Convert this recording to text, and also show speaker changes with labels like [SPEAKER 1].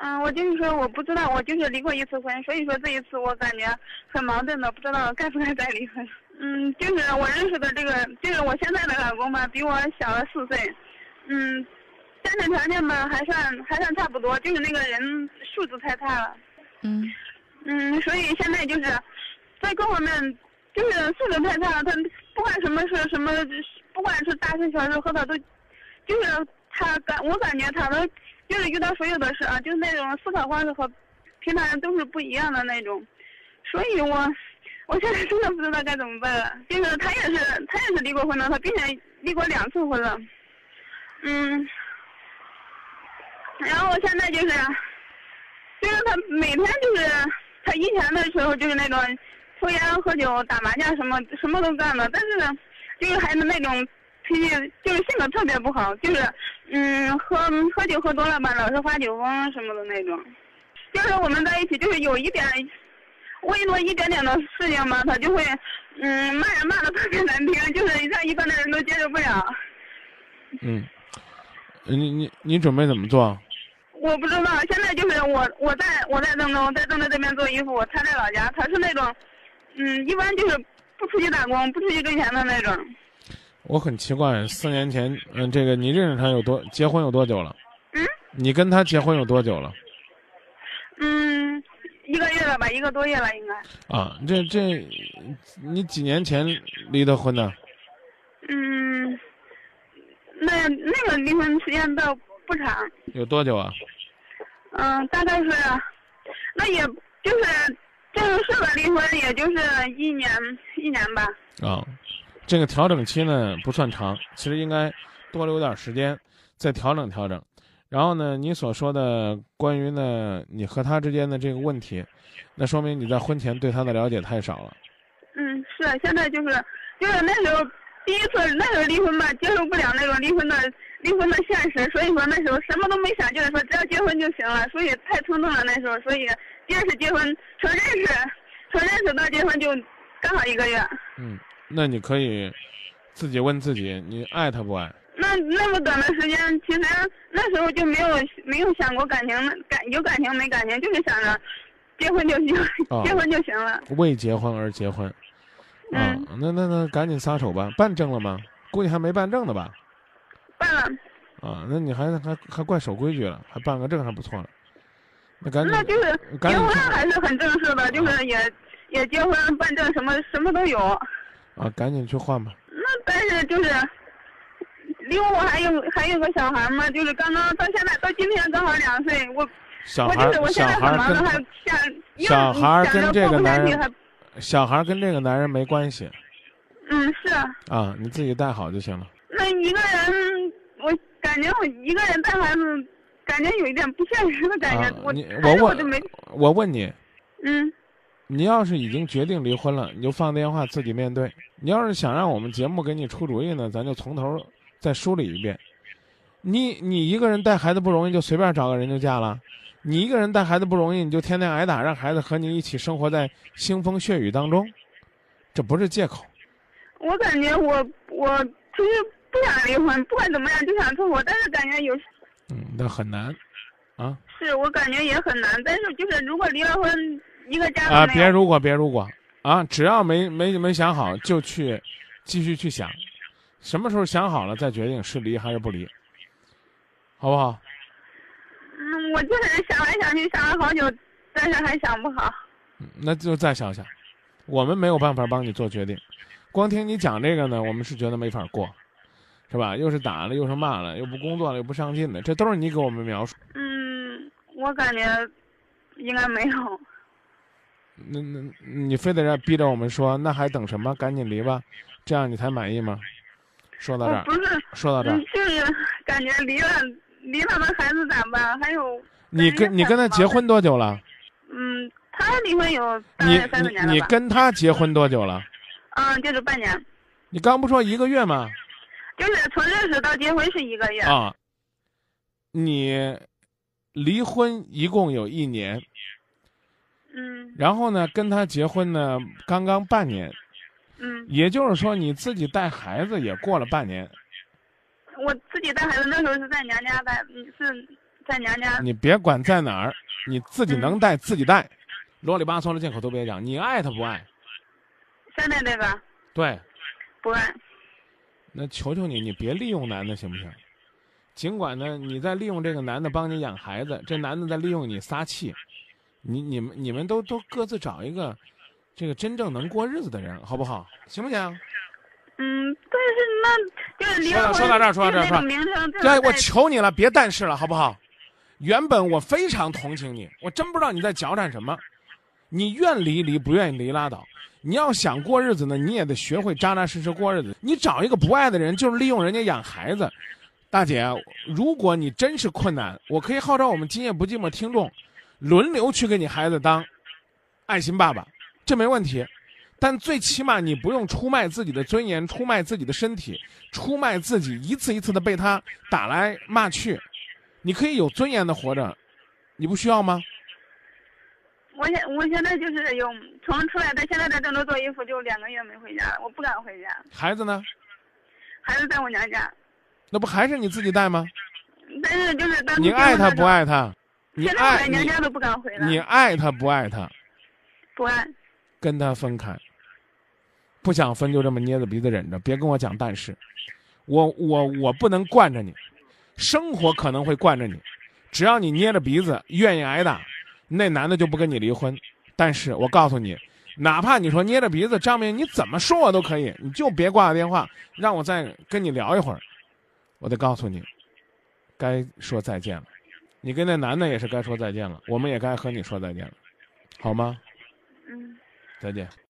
[SPEAKER 1] 嗯，我就是说我不知道，我就是离过一次婚，所以说这一次我感觉很矛盾的，不知道该不该再离婚。嗯，就是我认识的这个，就是我现在的老公吧，比我小了四岁，嗯，家庭条件吧还算还算差不多，就是那个人素质太差了，
[SPEAKER 2] 嗯
[SPEAKER 1] 嗯，所以现在就是在各方面就是素质太差了，他不管什么事什么，不管是大事小事和他都，就是他感我感觉他都就是遇到所有的事啊，就是那种思考方式和平常人都是不一样的那种，所以我我现在真的不知道该怎么办了。就是他也是他也是离过婚的，他并且离过两次婚了，嗯，然后现在就是就是他每天就是他以前的时候就是那种抽烟喝酒打麻将什么什么都干了，但是呢就是还是那种脾气就是性格特别不好，就是嗯喝喝酒喝多了吧，老是发酒疯什么的那种。就是我们在一起就是有一点微多一点点的事情嘛，他就会嗯骂人骂的特别难听，就是让一般的人都接受不了。
[SPEAKER 3] 嗯，你你你准备怎么做？
[SPEAKER 1] 我不知道，现在就是我我在我在郑州，在郑州这边做衣服，他在老家，他是那种，嗯，一般就是不出去打工，不出去挣钱的那种。
[SPEAKER 3] 我很奇怪，四年前，嗯，这个你认识他有多？结婚有多久了？
[SPEAKER 1] 嗯
[SPEAKER 3] 你跟他结婚有多久了？
[SPEAKER 1] 嗯，一个月了吧，一个多月了应该。
[SPEAKER 3] 啊，这这，你几年前离的婚呢？
[SPEAKER 1] 嗯，那那个离婚时间倒不长，
[SPEAKER 3] 有多久啊？
[SPEAKER 1] 嗯，大概是，那也就是正式的离婚，也就是一年一年吧。
[SPEAKER 3] 啊，这个调整期呢不算长，其实应该多留点时间再调整调整。然后呢，你所说的关于呢你和他之间的这个问题，那说明你在婚前对他的了解太少了。
[SPEAKER 1] 嗯，是现在就是就是那时候第一次那时候离婚吧，接受不了那种离婚的离婚的现实，所以说那时候什么都没想，就是说只要结婚就行了，所以太冲动了那时候，所以第二次结婚从认识从认识到结婚就刚好一个月，
[SPEAKER 3] 嗯，那你可以自己问自己，你爱他不爱？
[SPEAKER 1] 那那么短的时间，其实那时候就没有没有想过感情感有感情没感情，就是想着结婚就行，
[SPEAKER 3] 哦
[SPEAKER 1] 结婚就行了。
[SPEAKER 3] 为结婚而结婚。
[SPEAKER 1] 嗯
[SPEAKER 3] 啊，那那那赶紧撒手吧！办证了吗？估计还没办证呢吧？
[SPEAKER 1] 办了，
[SPEAKER 3] 啊，那你还还还怪守规矩了，还办个证还不错了。那赶紧
[SPEAKER 1] 那就是
[SPEAKER 3] 赶
[SPEAKER 1] 结
[SPEAKER 3] 紧
[SPEAKER 1] 婚
[SPEAKER 3] 去
[SPEAKER 1] 还是很正式的，就是也也结婚办证什么什么都有。
[SPEAKER 3] 啊，赶紧去换吧。
[SPEAKER 1] 那但是就是，离我还有还有个小孩嘛，就是刚刚到现在到今天刚好两岁，我
[SPEAKER 3] 小
[SPEAKER 1] 我
[SPEAKER 3] 孩
[SPEAKER 1] 就是
[SPEAKER 3] 儿，
[SPEAKER 1] 我现
[SPEAKER 3] 小
[SPEAKER 1] 在
[SPEAKER 3] 孩
[SPEAKER 1] 很
[SPEAKER 3] 儿
[SPEAKER 1] 忙的，还
[SPEAKER 3] 跟
[SPEAKER 1] 想因为
[SPEAKER 3] 小孩儿
[SPEAKER 1] 想着
[SPEAKER 3] 跟这
[SPEAKER 1] 过
[SPEAKER 3] 个
[SPEAKER 1] 不下
[SPEAKER 3] 男
[SPEAKER 1] 去
[SPEAKER 3] 人
[SPEAKER 1] 还
[SPEAKER 3] 小孩儿跟这个男人没关系
[SPEAKER 1] 嗯是啊，
[SPEAKER 3] 啊，你自己带好就行了。
[SPEAKER 1] 那一个人我感觉我一个人带孩子，感觉有一点不现实的感觉，
[SPEAKER 3] 啊
[SPEAKER 1] 我
[SPEAKER 3] 你
[SPEAKER 1] 孩子
[SPEAKER 3] 我
[SPEAKER 1] 我
[SPEAKER 3] 问
[SPEAKER 1] 就没
[SPEAKER 3] 我问你，
[SPEAKER 1] 嗯
[SPEAKER 3] 你要是已经决定离婚了，你就放电话自己面对。你要是想让我们节目给你出主意呢，咱就从头再梳理一遍。你你一个人带孩子不容易，就随便找个人就嫁了。你一个人带孩子不容易，你就天天挨打，让孩子和你一起生活在腥风血雨当中，这不是借口。
[SPEAKER 1] 我感觉我我其实不想离婚，不管怎么样就想凑合，但是感觉有
[SPEAKER 3] 嗯，那很难，啊
[SPEAKER 1] 是我感觉也很难，但是就是如果离了婚，一个家庭
[SPEAKER 3] 啊！
[SPEAKER 1] 没有
[SPEAKER 3] 别如果别如果啊，只要没没没想好，就去继续去想，什么时候想好了再决定是离还是不离，好不好？
[SPEAKER 1] 嗯，我就是想来想去，想了好久，但是还想不好。
[SPEAKER 3] 嗯那就再想想，我们没有办法帮你做决定，光听你讲这个呢，我们是觉得没法过，是吧？又是打了，又是骂了，又不工作了，又不上进的，这都是你给我们描述。
[SPEAKER 1] 嗯，我感觉应该没有。
[SPEAKER 3] 那那你非得让逼着我们说，那还等什么？赶紧离吧，这样你才满意吗？说到这
[SPEAKER 1] 我
[SPEAKER 3] 儿
[SPEAKER 1] 不，是，
[SPEAKER 3] 说到这儿
[SPEAKER 1] 嗯，就是感觉离了离了，那孩子咋办？还有，
[SPEAKER 3] 你跟你跟他结婚多久了？
[SPEAKER 1] 嗯，他离婚有大
[SPEAKER 3] 你
[SPEAKER 1] 概三四年
[SPEAKER 3] 你你
[SPEAKER 1] 了吧？
[SPEAKER 3] 跟他结婚多久了？
[SPEAKER 1] 嗯，就是半年，
[SPEAKER 3] 你刚不说一个月吗？
[SPEAKER 1] 就是从认识到结婚是一个月。
[SPEAKER 3] 啊，你离婚一共有一年。
[SPEAKER 1] 嗯
[SPEAKER 3] 然后呢，跟他结婚呢，刚刚半年，
[SPEAKER 1] 嗯，
[SPEAKER 3] 也就是说你自己带孩子也过了半年
[SPEAKER 1] 我自己带孩子那时候是在娘家带，嗯是在娘家。
[SPEAKER 3] 你别管在哪儿，你自己能带自己带，啰里吧嗦的借口都别讲。你爱他不爱？
[SPEAKER 1] 现在这个
[SPEAKER 3] 对，
[SPEAKER 1] 不爱，
[SPEAKER 3] 那求求你，你别利用男的行不行？尽管呢，你在利用这个男的帮你养孩子，这男的在利用你撒气，你你们你们都都各自找一个，这个真正能过日子的人，好不好？行不行？
[SPEAKER 1] 嗯，但是那就是离了婚，
[SPEAKER 3] 说到说到这儿说到这儿
[SPEAKER 1] 就是那种名声，就是
[SPEAKER 3] 哎，
[SPEAKER 1] 在
[SPEAKER 3] 我求你了，别但是了，好不好？原本我非常同情你，我真不知道你在矫缠什么。你愿离离，不愿意离拉倒。你要想过日子呢，你也得学会扎扎实实过日子。你找一个不爱的人，就是利用人家养孩子。大姐，如果你真是困难，我可以号召我们今夜不寂寞听众，轮流去给你孩子当爱心爸爸，这没问题。但最起码你不用出卖自己的尊严，出卖自己的身体，出卖自己，一次一次的被他打来骂去。你可以有尊严的活着，你不需要吗？
[SPEAKER 1] 我现我现在就是有从出来到现在在郑州做衣服就两个月没回家，我不敢回家，
[SPEAKER 3] 孩子呢？
[SPEAKER 1] 还是在我娘家。
[SPEAKER 3] 那不还是你自己带吗？
[SPEAKER 1] 但是就是当时
[SPEAKER 3] 你爱他不？爱他？你
[SPEAKER 1] 现在我
[SPEAKER 3] 爱
[SPEAKER 1] 在娘
[SPEAKER 3] 你
[SPEAKER 1] 家都不敢回
[SPEAKER 3] 你
[SPEAKER 1] 了，
[SPEAKER 3] 爱他不爱他？
[SPEAKER 1] 不爱。
[SPEAKER 3] 跟他分开。不想分就这么捏着鼻子忍着，别跟我讲但是，我我我不能惯着你，生活可能会惯着你，只要你捏着鼻子愿意挨打，那男的就不跟你离婚。但是我告诉你，哪怕你说捏着鼻子张明，你怎么说我都可以，你就别挂我电话，让我再跟你聊一会儿。我得告诉你，该说再见了。你跟那男的也是该说再见了，我们也该和你说再见了，好吗？
[SPEAKER 1] 嗯。
[SPEAKER 3] 再见。